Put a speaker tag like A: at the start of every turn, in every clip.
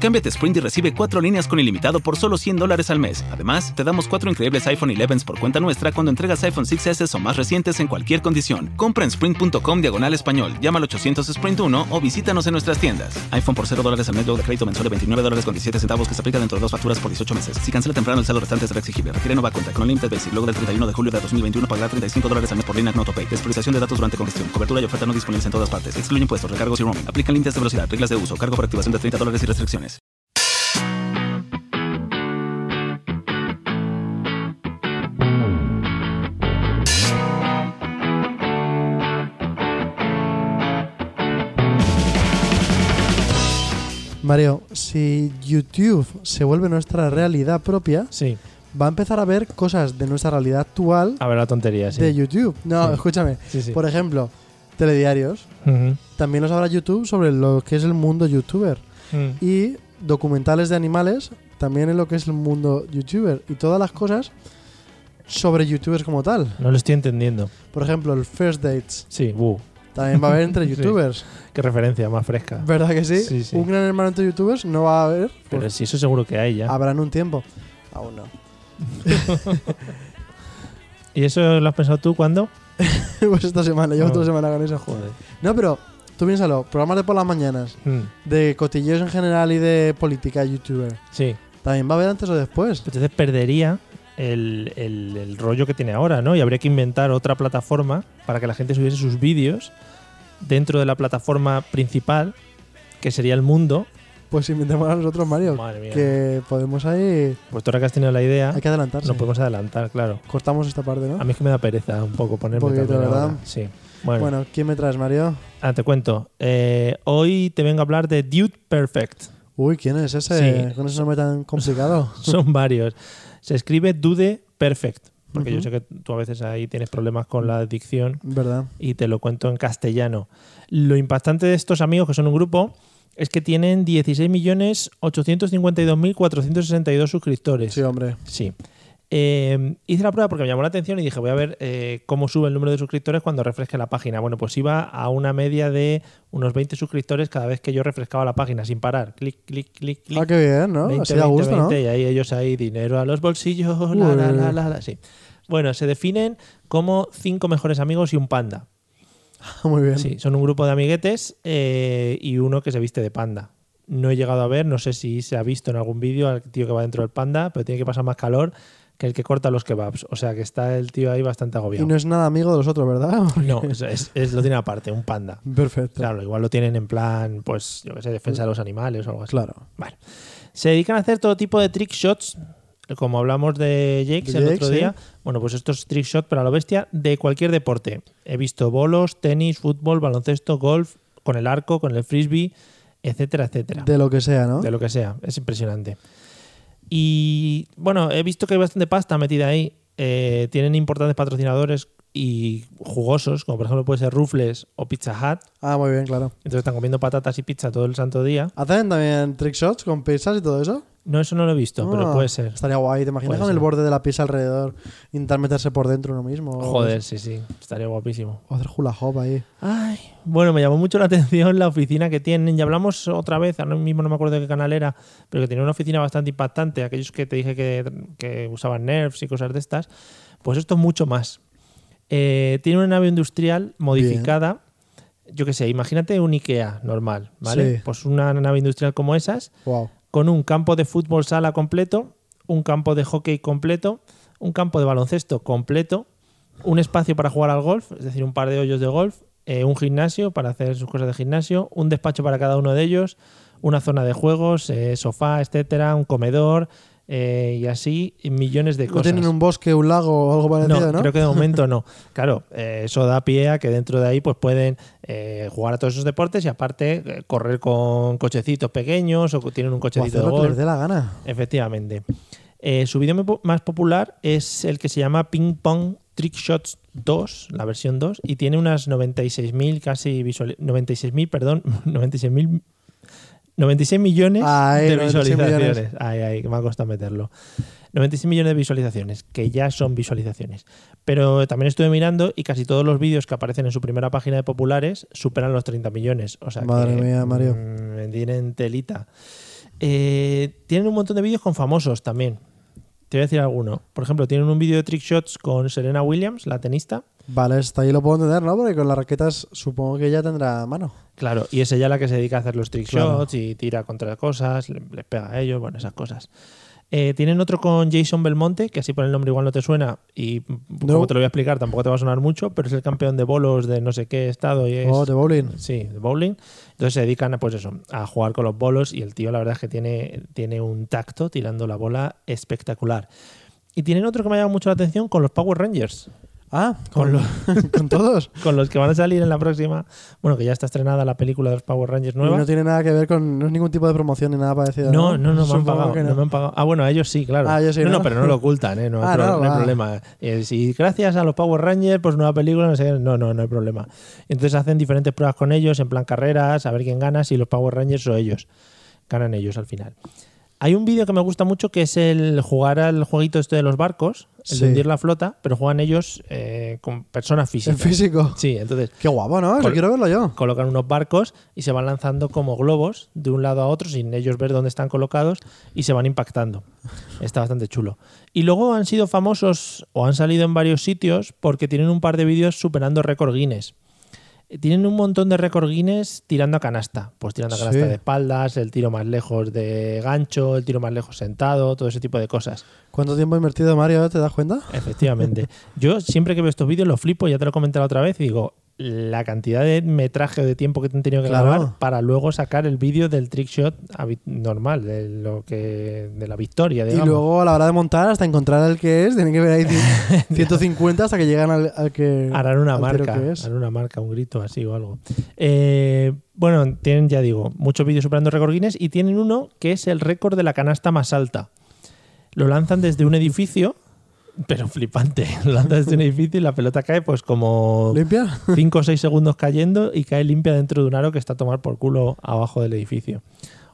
A: Cámbiate a Sprint y recibe cuatro líneas con ilimitado por solo 100 dólares al mes. Además, te damos cuatro increíbles iPhone 11s por cuenta nuestra cuando entregas iPhone 6s o más recientes en cualquier condición. Compra en sprint.com diagonal español, llama al 800 Sprint 1 o visítanos en nuestras tiendas. iPhone por 0 dólares al mes luego de crédito mensual de 29 dólares con 17 centavos que se aplica dentro de dos facturas por 18 meses. Si cancela temprano, el saldo restante será exigible. Requiere nueva cuenta con Limited Basic. Luego del 31 de julio de 2021 pagará 35 dólares al mes por línea AutoPay. Despreciación de datos durante congestión. Cobertura y oferta no disponibles en todas partes. Excluye impuestos, recargos y roaming. Aplican límites de velocidad, reglas de uso, cargo por activación de 30 dólares y restricciones.
B: Mario, si YouTube se vuelve nuestra realidad propia,
C: Sí.
B: va a empezar a ver cosas de nuestra realidad actual
C: A ver la tontería, sí.
B: de YouTube. No,
C: Sí.
B: escúchame.
C: Sí, sí.
B: Por ejemplo, telediarios.
C: Ujú.
B: También los habrá YouTube sobre lo que es el mundo youtuber.
C: Mm.
B: Y documentales de animales también en lo que es el mundo youtuber. Y todas las cosas sobre youtubers como tal.
C: No lo estoy entendiendo.
B: Por ejemplo, el First Dates
C: Sí, uh,
B: también va a haber entre
C: Sí.
B: youtubers.
C: qué referencia más fresca.
B: ¿Verdad que sí?
C: Sí, sí.
B: Un gran hermano entre youtubers no va a haber.
C: Pero sí, eso seguro que hay ya.
B: Habrán un tiempo. Aún no.
C: ¿Y eso lo has pensado tú cuándo?
B: pues esta semana, llevo
C: No.
B: otra semana con eso.
C: Joder.
B: No, pero tú piénsalo, programas de por las mañanas,
C: Mm,
B: de cotilleos en general y de política youtuber.
C: Sí.
B: También va a haber antes o después.
C: Entonces perdería el, el- el rollo que tiene ahora, ¿no? Y habría que inventar otra plataforma para que la gente subiese sus vídeos dentro de la plataforma principal, que sería el mundo.
B: Pues inventemos a nosotros, Mario,
C: Madre mía.
B: que podemos ahí...
C: Pues tú ahora que has tenido la idea,
B: Hay que adelantarse.
C: nos podemos adelantar, claro.
B: Cortamos esta parte, ¿no?
C: A mí es que me da pereza un poco ponerme
B: poquito,
C: también
B: ¿verdad?
C: ahora. Sí. Bueno,
B: Bueno, ¿quién me traes, Mario?
C: ah, te cuento. Eh, hoy te vengo a hablar de Dude Perfect.
B: Uy, ¿quién es ese?
C: Sí.
B: Con ese nombre tan complicado.
C: Son varios. Se escribe Dude Perfect. Porque yo
B: Ujú.
C: sé que tú a veces ahí tienes problemas con la adicción
B: ¿Verdad?
C: y te lo cuento en castellano. Lo impactante de estos amigos, que son un grupo, es que tienen 16.852.462 suscriptores.
B: Sí, hombre.
C: Sí. Eh, hice la prueba porque me llamó la atención y dije, voy a ver eh, cómo sube el número de suscriptores cuando refresque la página. Bueno, pues iba a una media de unos 20 suscriptores cada vez que yo refrescaba la página sin parar. Clic, clic, clic, clic.
B: Ah, qué bien, ¿no?
C: 20,
B: Así da
C: 20,
B: gusto, ¿no?
C: 20, Y ahí ellos ahí, dinero a los bolsillos, la, la, la, la, la, sí. Bueno, se definen como cinco mejores amigos y un panda.
B: Muy bien.
C: Sí, son un grupo de amiguetes eh, y uno que se viste de panda. No he llegado a ver, no sé si se ha visto en algún vídeo al tío que va dentro del panda, pero tiene que pasar más calor que el que corta los kebabs. O sea que está el tío ahí
B: Y
C: bastante agobiado.
B: no es nada amigo de los otros, ¿verdad?
C: No, es- es- es- lo tiene aparte, un panda.
B: Perfecto.
C: Claro, igual lo tienen en plan, pues, yo qué sé, defensa de los animales o algo así.
B: Claro.
C: Vale. Se dedican a hacer todo tipo de trick shots, como hablamos de Jakes
B: De
C: el
B: Jakes,
C: otro
B: sí.
C: día. Bueno, pues estos trick shots para la bestia de cualquier deporte. He visto bolos, tenis, fútbol, baloncesto, golf, con el arco, con el frisbee, etcétera, etcétera.
B: De lo que sea, ¿no?
C: De lo que sea, es impresionante. Y bueno, he visto que hay bastante pasta metida ahí. Eh, tienen importantes patrocinadores y jugosos, como por ejemplo puede ser Rufles o Pizza Hut.
B: Ah, muy bien, claro.
C: Entonces están comiendo patatas y pizza todo el santo día.
B: ¿Hacen también trick shots con pizzas y todo eso?
C: No, eso no lo he visto, pero
B: Ah,
C: puede ser.
B: Estaría guay, ¿te imaginas
C: Puede
B: con
C: ser.
B: el borde de la pizza alrededor? Intentar meterse por dentro uno mismo. o-
C: Joder, sí, sí, estaría guapísimo.
B: O hacer hula hoop ahí.
C: Ay, bueno, me llamó mucho la atención la oficina que tienen. Ya hablamos otra vez, ahora mismo no me acuerdo de qué canal era, pero que tenía una oficina bastante impactante. Aquellos que te dije que, que usaban nerfs y cosas de estas, pues esto es mucho más. Eh, tiene una nave industrial modificada. Yo qué sé, imagínate un IKEA normal, ¿vale?
B: Sí.
C: Pues una nave industrial como esas,
B: Wow.
C: con un campo de fútbol sala completo, un campo de hockey completo, un campo de baloncesto completo, un espacio para jugar al golf, es decir, un par de hoyos de golf, eh, un gimnasio para hacer sus cosas de gimnasio, un despacho para cada uno de ellos, una zona de juegos, eh, sofá, etcétera, un comedor eh, y así millones de
B: ¿No
C: cosas.
B: tienen un bosque, un lago o algo parecido, no?
C: creo que de momento no. Claro, eh, eso da pie a que dentro de ahí pues pueden eh, jugar a todos esos deportes y aparte eh, correr con cochecitos pequeños o que tienen un
B: O
C: cochecito
B: hacer
C: de
B: lo que les
C: golf.
B: dé la gana.
C: Efectivamente. Eh, su vídeo mo- más popular es el que se llama Ping Pong Trick Shots 2, la versión 2, y tiene unas 96.000 casi visualizaciones. 96.000, perdón, 96.000. 96 millones
B: Ay,
C: de
B: 96
C: visualizaciones.
B: millones.
C: Ay, ay, que me ha costado meterlo. 96 millones de visualizaciones, que ya son visualizaciones. Pero también estuve mirando y casi todos los vídeos que aparecen en su primera página de populares superan los 30 millones. O sea
B: Madre
C: que,
B: mía, Mario.
C: mm, tienen telita. Eh, tienen un montón de vídeos con famosos también. Te voy a decir alguno. Por ejemplo, tienen un vídeo de trick shots con Serena Williams, la tenista.
B: Vale, hasta ahí lo puedo entender, ¿no? Porque con las raquetas supongo que ya tendrá mano.
C: Claro, y es ella la que se dedica a hacer los trick
B: Claro.
C: shots y tira contra cosas, le- les pega a ellos, bueno, esas cosas. Eh, tienen otro con Jason Belmonte, que así por el nombre igual no te suena y mm,
B: No.
C: como te lo voy a explicar tampoco te va a sonar mucho, pero es el campeón de bolos de no sé qué estado y es...
B: Oh, de bowling.
C: Sí, de bowling. Entonces se dedican a, pues eso, a jugar con los bolos y el tío la verdad es que tiene, tiene un tacto tirando la bola espectacular. Y tienen otro que me ha llamado mucho la atención con los Power Rangers,
B: Ah,
C: con
B: con, con todos.
C: con los que van a salir en la próxima, bueno, que ya está estrenada la película de los Power Rangers
B: Y
C: nueva.
B: no tiene nada que ver con. No es ningún tipo de promoción ni nada parecido.
C: No, no, no me han
B: Supongo
C: pagado.
B: que
C: No. me han pagado. Ah, bueno, a ellos sí, claro.
B: Ah, ellos sí,
C: no,
B: ¿no?
C: pero no lo ocultan, ¿eh? No, hay
B: Ah,
C: pro-
B: no,
C: no hay
B: va.
C: problema. Eh, si gracias a los Power Rangers, pues nueva película, no sé qué. No, no, no hay problema. Entonces hacen diferentes pruebas con ellos, en plan carreras, a ver quién gana, si los Power Rangers o ellos. Ganan ellos al final. Hay un vídeo que me gusta mucho que es el jugar al jueguito este de los barcos, el
B: Sí.
C: de hundir la flota, pero juegan ellos eh, con personas
B: En
C: físicas.
B: físico.
C: Sí, entonces
B: Qué guapo, ¿no? Eso
C: Col-
B: quiero verlo yo.
C: colocan unos barcos y se van lanzando como globos de un lado a otro sin ellos ver dónde están colocados y se van impactando. Está bastante chulo. Y luego han sido famosos o han salido en varios sitios porque tienen un par de vídeos superando récord Guinness. Eh, Tienen un montón de récord Guinness tirando a canasta. Pues tirando a canasta
B: Sí.
C: de espaldas, el tiro más lejos de gancho, el tiro más lejos sentado, todo ese tipo de cosas.
B: ¿Cuánto tiempo ha invertido Mario? ¿Te das cuenta?
C: Efectivamente. Yo siempre que veo estos vídeos los flipo, ya te lo he comentado otra vez, y digo, la cantidad de metraje o de tiempo que te han tenido que
B: Claro.
C: grabar para luego sacar el vídeo del trick shot habi- normal, de lo que de la victoria, digamos.
B: Y luego a la hora de montar, hasta encontrar el que es, tienen que ver ahí cien- 150 hasta que llegan al, al que.
C: harán una
B: al
C: marca,
B: tiro que es.
C: harán una marca, un grito así o algo. Eh, bueno, tienen, ya digo, muchos vídeos superando récord Guinness y tienen uno que es el récord de la canasta más alta. Lo lanzan desde un edificio, pero flipante. Lo lanzan desde un edificio y la pelota cae pues como
B: ¿Limpia?
C: 5 o 6 segundos cayendo y cae limpia dentro de un aro que está a tomar por culo abajo del edificio.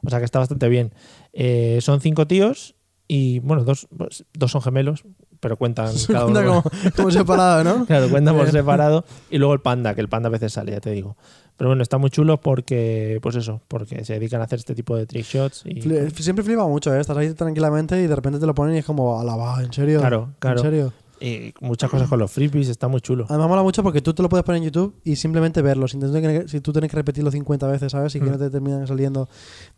C: O sea que está bastante bien. Eh, son cinco tíos y, bueno, dos, pues, dos son gemelos, pero cuentan
B: Se
C: cada
B: cuenta
C: uno.
B: como, como separado, ¿no?
C: Claro, cuentan por
B: Bien.
C: separado. Y luego el panda, que el panda a veces sale, ya te digo. Pero bueno, está muy chulo porque, pues eso, porque se dedican a hacer este tipo de trick shots. Y,
B: Fli- Siempre flipa mucho, ¿eh? Estás ahí tranquilamente y de repente te lo ponen y es como, alaba, ¿en serio?
C: Claro, claro.
B: ¿En serio? Ah,
C: y muchas cosas con los freebies, está muy chulo.
B: Además mola mucho porque tú te lo puedes poner en YouTube y simplemente verlo, sin tener que- si tú tienes que repetirlo 50 veces, ¿sabes? Y que
C: Mm.
B: no te terminan saliendo.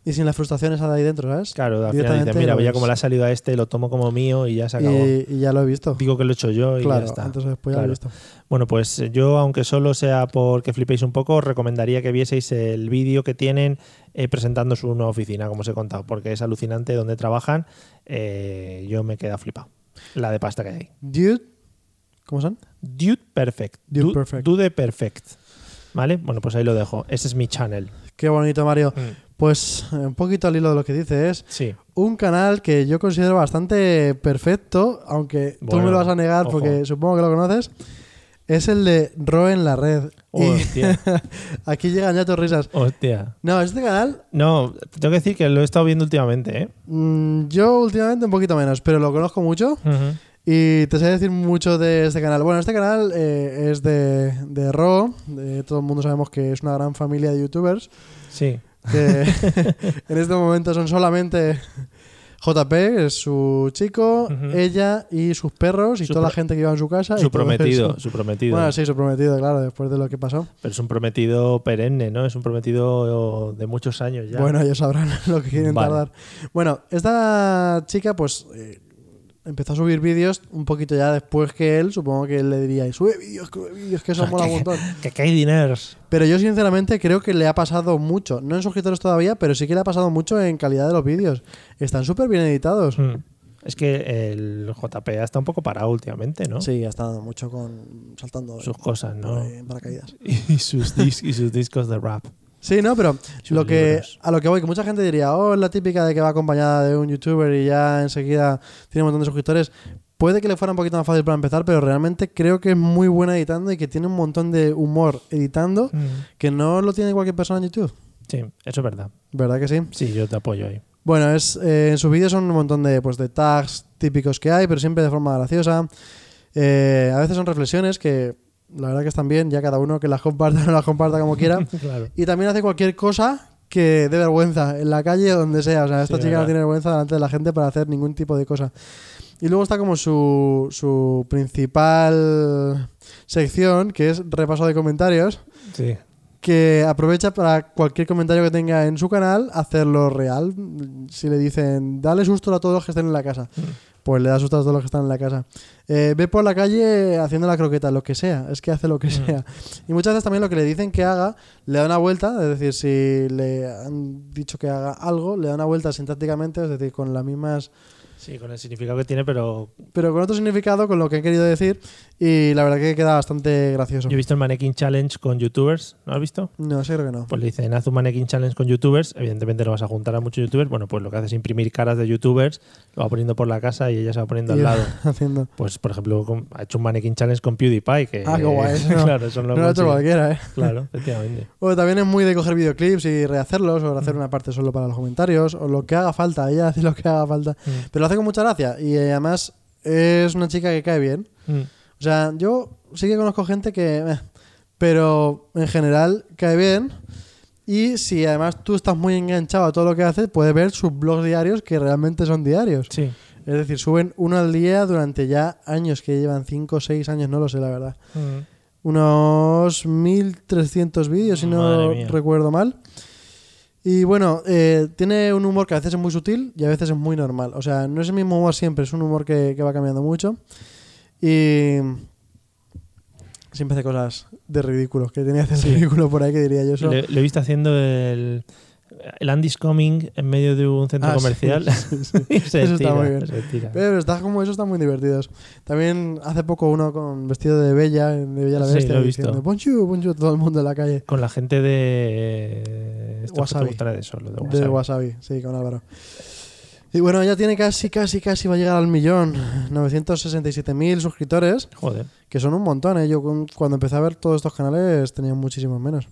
B: Y sin las frustraciones de ahí dentro, ¿sabes?
C: Claro, al final
B: Directamente
C: dices, mira,
B: lo
C: veía
B: ves.
C: como le ha salido a este, lo tomo como mío y ya se acabó.
B: Y, y ya lo he visto.
C: Digo que lo he hecho yo y
B: Eh, claro,
C: ya está.
B: entonces después ya lo he visto.
C: Bueno, pues eh, yo, aunque solo sea porque flipéis un poco, os recomendaría que vieseis el vídeo que tienen eh, presentando su nueva oficina, como os he contado, porque es alucinante donde trabajan. Eh, yo me queda flipado. La de pasta que hay. ahí.
B: Dude, ¿cómo son?
C: Dude Perfect.
B: Dude
C: Du-
B: Perfect.
C: Dude Perfect. ¿Vale? Bueno, pues ahí lo dejo. Ese es mi channel.
B: Qué bonito, Mario.
C: Mm,
B: Pues eh, un poquito al hilo de lo que dices,
C: Sí.
B: un canal que yo considero bastante perfecto, aunque
C: Bueno,
B: tú me lo vas a negar
C: ojo.
B: porque supongo que lo conoces, es el de Ro en la red. y
C: Hostia.
B: aquí llegan ya tus risas.
C: Hostia.
B: No, este canal
C: No, tengo que decir que lo he estado viendo últimamente, ¿eh?
B: mm, yo últimamente un poquito menos, pero lo conozco mucho
C: Ujú.
B: y te sé decir mucho de este canal. Bueno, este canal eh, es de, de Ro, de- todo el mundo sabemos que es una gran familia de youtubers.
C: Sí.
B: que en este momento son solamente JP, que es su chico,
C: Ujú.
B: ella y sus perros y
C: Su
B: toda la
C: pro-
B: gente que iba en su casa. Ah, y
C: Su
B: todo
C: prometido,
B: eso.
C: su prometido.
B: Bueno, sí, su prometido, claro, después de lo que pasó.
C: Pero es un prometido perenne, ¿no? Es un prometido de muchos años ya.
B: Bueno, ellos sabrán lo que quieren
C: Vale.
B: tardar. Bueno, esta chica pues eh, empezó a subir vídeos un poquito ya después que él, supongo que él le diría, sube vídeos, sube vídeos, que eso mola un montón.
C: que, que hay diners.
B: Pero yo sinceramente creo que le ha pasado mucho, no en suscriptores todavía, pero sí que le ha pasado mucho en calidad de los vídeos. Están súper bien editados.
C: Mm. Es que el JPA está un poco parado últimamente, ¿no?
B: Sí, ha estado mucho con saltando
C: Sus cosas,
B: por
C: ¿no?
B: ahí en paracaídas.
C: Y sus, dis- y sus discos de rap.
B: Sí, no, pero lo que,
C: libros.
B: a lo que voy, que mucha gente diría, oh, es la típica de que va acompañada de un youtuber y ya enseguida tiene un montón de suscriptores. Puede que le fuera un poquito más fácil para empezar, pero realmente creo que es muy buena editando y que tiene un montón de humor editando
C: Mm.
B: que no lo tiene cualquier persona en YouTube.
C: Sí, eso es verdad.
B: ¿Verdad que sí?
C: Sí, yo te apoyo ahí.
B: Bueno, es, eh, en sus vídeos son un montón de, pues, de tags típicos que hay, pero siempre de forma graciosa. Eh, a veces son reflexiones que la verdad que están bien, ya cada uno que las comparta o no las comparta como quiera.
C: claro.
B: Y también hace cualquier cosa que de vergüenza, en la calle, donde sea. O sea, esta
C: Sí,
B: chica no
C: verdad.
B: tiene vergüenza delante de la gente para hacer ningún tipo de cosa. Y luego está como su, su principal sección, que es repaso de comentarios,
C: Sí.
B: que aprovecha para cualquier comentario que tenga en su canal hacerlo real. Si le dicen, dale susto a todos los que estén en la casa,
C: Mm.
B: pues le da susto a todos los que están en la casa. Eh, ve por la calle haciendo la croqueta, lo que sea, es que hace lo que
C: Mm.
B: sea. Y muchas veces también lo que le dicen que haga, le da una vuelta, es decir, si le han dicho que haga algo, le da una vuelta sintácticamente, es decir, con las mismas
C: Sí, con el significado que tiene, pero
B: pero con otro significado, con lo que han querido decir, y la verdad que queda bastante gracioso.
C: yo he visto el Mannequin Challenge con youtubers, ¿no has visto?
B: No, sí, creo que no.
C: Pues le dicen, haz un mannequin challenge con youtubers. Evidentemente no vas a juntar a muchos youtubers. Bueno, pues lo que hace es imprimir caras de youtubers, lo va poniendo por la casa y ella se va poniendo al
B: Y-
C: lado.
B: Haciendo.
C: Pues, por ejemplo, con- ha hecho un mannequin challenge con PewDiePie. Que,
B: Ah, qué guay, eso no-
C: claro, eso no
B: No
C: lo
B: lo ha hecho
C: consigue.
B: cualquiera, ¿eh?
C: Claro, efectivamente.
B: O también es muy de coger videoclips y rehacerlos, o hacer una parte solo para los comentarios, o lo que haga falta. Ella hace lo que haga falta.
C: Mm.
B: Pero lo hace con mucha gracia, y eh, además es una chica que cae bien.
C: Mm.
B: O sea, yo sí que conozco gente que. eh, pero en general cae bien. Y si además tú estás muy enganchado a todo lo que hace, puedes ver sus blogs diarios que realmente son diarios.
C: Sí.
B: Es decir, suben uno al día durante ya años, que llevan 5 o 6 años, no lo sé, la verdad.
C: Mm.
B: Unos 1300 vídeos, si no
C: Madre mía.
B: recuerdo mal. Y bueno, eh, tiene un humor que a veces es muy sutil y a veces es muy normal. O sea, no es el mismo humor siempre, es un humor que, que va cambiando mucho. Y siempre hace cosas de ridículos, que tenía que hacer
C: Sí.
B: ridículo por ahí, que diría yo. Eso.
C: Le, lo he visto haciendo el, el Andy's Coming en medio de un centro
B: Ah, sí,
C: comercial. Y se
B: Eso está
C: tira,
B: muy bien.
C: se tira.
B: Pero está como esos están muy divertidos. También hace poco uno con vestido de Bella, de Bella la
C: Sí,
B: Bestia,
C: lo he visto.
B: diciendo "Bonjour, bonjour", todo el mundo en la calle.
C: Con la gente de... eh, esto que te
B: Wasabi.
C: gustará de eso, lo de
B: De
C: Wasabi.
B: Wasabi, sí, con Álvaro. Y bueno, ya tiene casi, casi, casi va a llegar al millón. 967.000 suscriptores,
C: Joder.
B: que son un montón, ¿eh? Yo cu- cuando empecé a ver todos estos canales tenía muchísimos menos.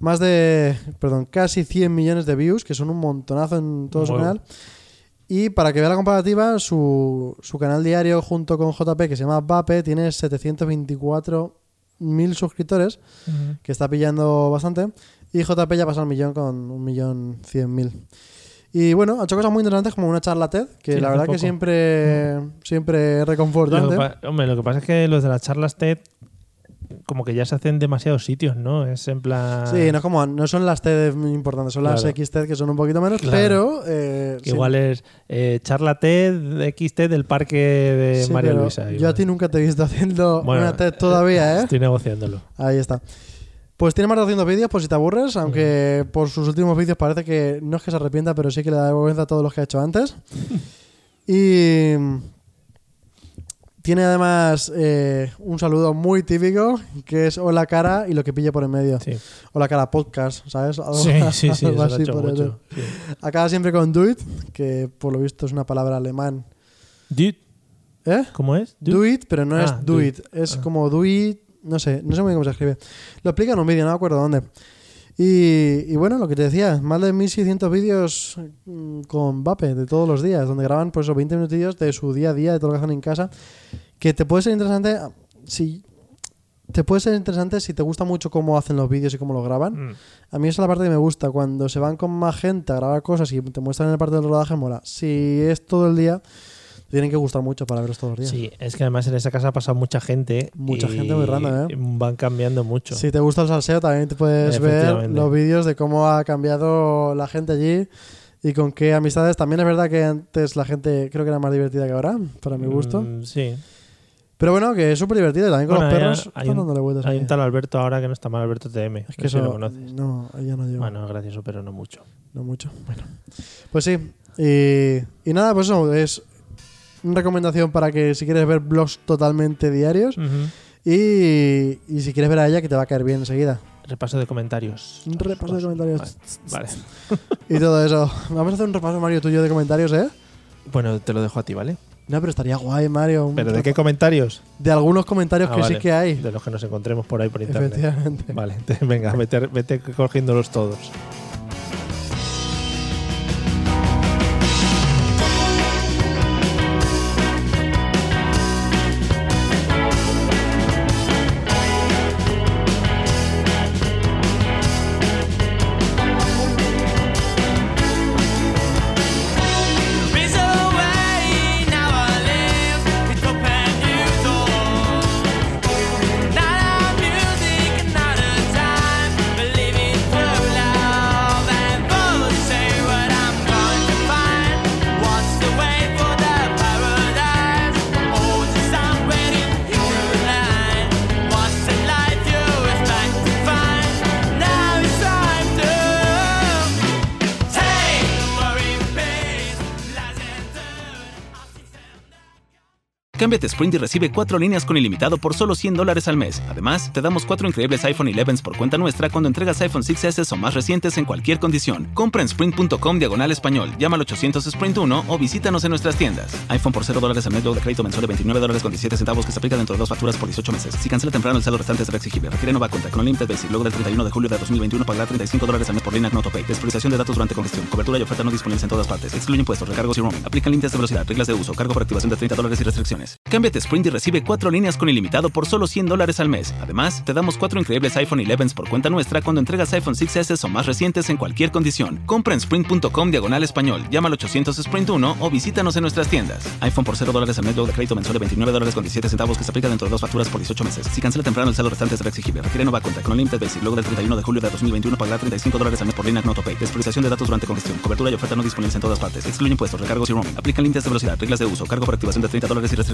B: Más de, perdón, casi 100 millones de views, que son un montonazo en todo su
C: Wow.
B: canal. Y para que vea la comparativa, su, su canal diario junto con JP, que se llama Vape, tiene 724.000 suscriptores,
C: Mm-hmm.
B: que está pillando bastante. Y JP ya pasa al millón con un millón cien mil. Y bueno, ha hecho cosas muy interesantes como una charla TED, que
C: Sí,
B: la
C: hace
B: verdad que
C: poco. Mm.
B: siempre, siempre es
C: Lo que
B: reconfortante.
C: pa- hombre, lo que pasa es que los de las charlas TED como que ya se hacen en demasiados sitios, ¿no? Es en plan...
B: Sí, no, es como, no son las TED importantes, son las
C: Claro.
B: XTED que son un poquito menos,
C: Claro.
B: pero... eh,
C: que
B: sí.
C: Igual es eh, charla TED, XT del parque de
B: Sí,
C: María
B: pero
C: Luisa.
B: Yo a
C: igual.
B: ti nunca te he visto haciendo
C: Bueno,
B: una TED todavía, ¿eh?
C: Estoy negociándolo.
B: Ahí está. Pues tiene más de 200 vídeos, por si te aburres, aunque por sus últimos vídeos parece que no es que se arrepienta, pero sí que le da vergüenza a todos los que ha hecho antes. y tiene además eh, un saludo muy típico, que es hola cara y lo que pille por en medio.
C: Sí,
B: Hola cara podcast, ¿sabes? Algo-
C: sí, sí, sí,
B: Oh, algo
C: eso lo ha
B: así
C: hecho
B: por el-
C: mucho. Sí.
B: Acaba siempre con do it, que por lo visto es una palabra alemán.
C: Dude,
B: ¿Eh?
C: ¿Cómo es? Dude.
B: Do it, pero no
C: Ah,
B: es do,
C: do
B: it.
C: it.
B: Es
C: Ah.
B: como do it, no sé, no sé muy bien cómo se escribe. Lo explica en un vídeo, no me acuerdo dónde. Y, y bueno, lo que te decía, más de 1600 vídeos mm, con Vape de todos los días, donde graban pues esos 20 minutillos de su día a día, de todo lo que hacen en casa, que te puede ser interesante ah, si te puede ser interesante si te gusta mucho cómo hacen los vídeos y cómo los graban.
C: Mm.
B: A mí esa es la parte que me gusta, cuando se van con más gente a grabar cosas y te muestran en la parte del rodaje mola. Si es todo el día, te tienen que gustar mucho para verlos todos los días.
C: Sí, es que además en esa casa ha pasado mucha gente.
B: Mucha
C: y
B: gente muy random, ¿eh?
C: Van cambiando mucho.
B: Si te gusta el salseo, también te puedes ver
C: Efectivamente.
B: los vídeos de cómo ha cambiado la gente allí y con qué amistades. También es verdad que antes la gente creo que era más divertida que ahora, para mi gusto.
C: Mm, sí.
B: Pero bueno, que es súper divertido. y También con
C: Bueno,
B: los
C: hay-
B: perros
C: hay
B: están
C: un-
B: dándole vueltas.
C: Hay
B: ahí.
C: un tal Alberto ahora que no está mal, Alberto TM.
B: es que eso
C: si lo conoces.
B: No, ahí ya no llevo.
C: Bueno, es gracioso, pero no mucho.
B: No mucho. Bueno. Pues sí. Y, y nada, pues eso es una recomendación para que si quieres ver blogs totalmente diarios
C: Ujú.
B: y, y si quieres ver a ella que te va a caer bien enseguida.
C: Repaso de comentarios.
B: Un repaso de comentarios.
C: Vale.
B: Y todo eso. Vamos a hacer un repaso, Mario, tuyo de comentarios, ¿eh?
C: Bueno, te lo dejo a ti, ¿vale?
B: No, pero estaría guay, Mario. un
C: ¿Pero de qué
B: repa-
C: comentarios?
B: De algunos comentarios
C: Ah,
B: que sí
C: vale.
B: que hay.
C: De los que nos encontremos por ahí por internet.
B: Efectivamente.
C: Vale, te- venga, vete, vete cogiéndolos todos.
A: Cámbiate a Sprint y recibe cuatro líneas con ilimitado por solo 100 dólares al mes. Además, te damos cuatro increíbles iPhone 11s por cuenta nuestra cuando entregas iPhone 6s o más recientes en cualquier condición. Compra en sprint.com diagonal español, llama al 800 Sprint 1 o visítanos en nuestras tiendas. iPhone por 0 dólares al mes luego de crédito mensual de 29 dólares con 17 centavos que se aplica dentro de dos facturas por 18 meses. Si cancela temprano, el saldo restante será exigible. Requiere nueva cuenta con límites basic. Luego del 31 de julio de 2021 pagará 35 dólares al mes por línea con autopay. Despriorización de datos durante congestión. Cobertura y oferta no disponibles en todas partes. Excluye impuestos, recargos y roaming. Aplican límites de velocidad, reglas de uso, cargo por activación de 30 dólares y restricciones. Cámbiate a Sprint y recibe cuatro líneas con ilimitado por solo 100 dólares al mes. Además, te damos cuatro increíbles iPhone 11s por cuenta nuestra cuando entregas iPhone 6s o más recientes en cualquier condición. Compra en sprint.com diagonal español, llama al 800 Sprint 1 o visítanos en nuestras tiendas. iPhone por 0 dólares al mes luego de crédito mensual de 29 dólares con 17 centavos que se aplica dentro de dos facturas por 18 meses. Si cancela temprano, el saldo restante será exigible. Requiere nueva cuenta con límites basic. Luego del 31 de julio de 2021 pagará 35 dólares al mes por línea con autopay. Despriorización de datos durante congestión. Cobertura y oferta no disponibles en todas partes. Excluye impuestos, recargos y roaming. Aplican límites de velocidad, reglas de uso, cargo por activación de 30 dólares y restricciones.